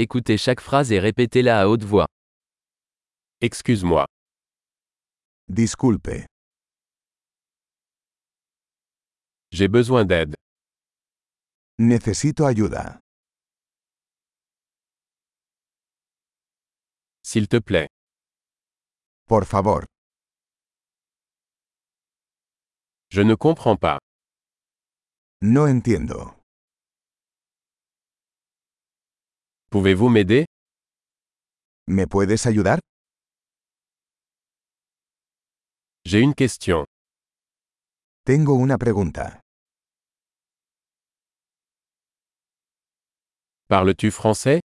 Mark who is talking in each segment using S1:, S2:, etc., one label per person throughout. S1: Écoutez chaque phrase et répétez-la à haute voix.
S2: Excuse-moi.
S3: Disculpe,
S2: J'ai besoin d'aide.
S3: necesito ayuda.
S2: S'il te plaît.
S3: Por favor,
S2: Je ne comprends pas.
S3: no entiendo.
S2: Pouvez-vous m'aider
S3: ¿Me puedes ayudar?
S2: J'ai une question.
S3: Tengo una pregunta.
S2: Parles-tu français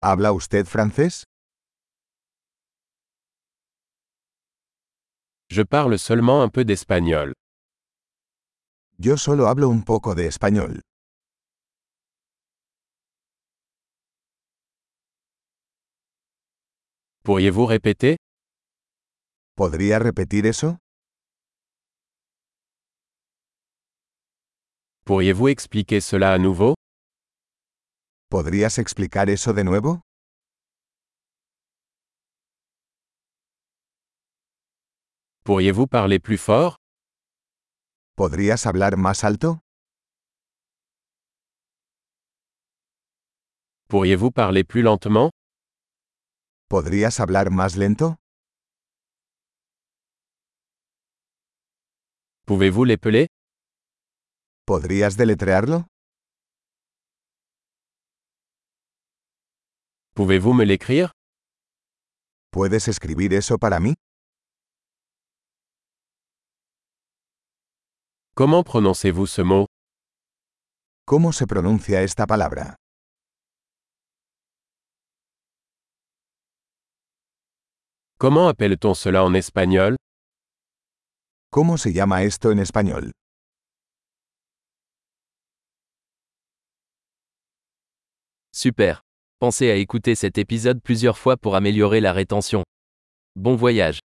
S3: ¿Habla usted francés?
S2: Je parle seulement un peu d'espagnol.
S3: Yo solo hablo un poco de español.
S2: Pourriez-vous répéter
S3: ¿Podría repetir eso?
S2: Pourriez-vous expliquer cela à nouveau
S3: ¿Podrías explicar eso de nuevo?
S2: Pourriez-vous parler plus fort
S3: ¿Podrías hablar más alto?
S2: Pourriez-vous parler plus lentement
S3: ¿Podrías hablar más lento?
S2: Pouvez-vous l'épeler
S3: ¿Podrías deletrearlo?
S2: Pouvez-vous me l'écrire
S3: ¿Puedes escribir eso para mí?
S2: Comment prononcez-vous ce mot
S3: ¿Cómo se pronuncia esta palabra?
S2: Comment appelle-t-on cela en espagnol
S3: ¿Cómo se llama esto en español?
S1: Super. Pensez à écouter cet épisode plusieurs fois pour améliorer la rétention. Bon voyage.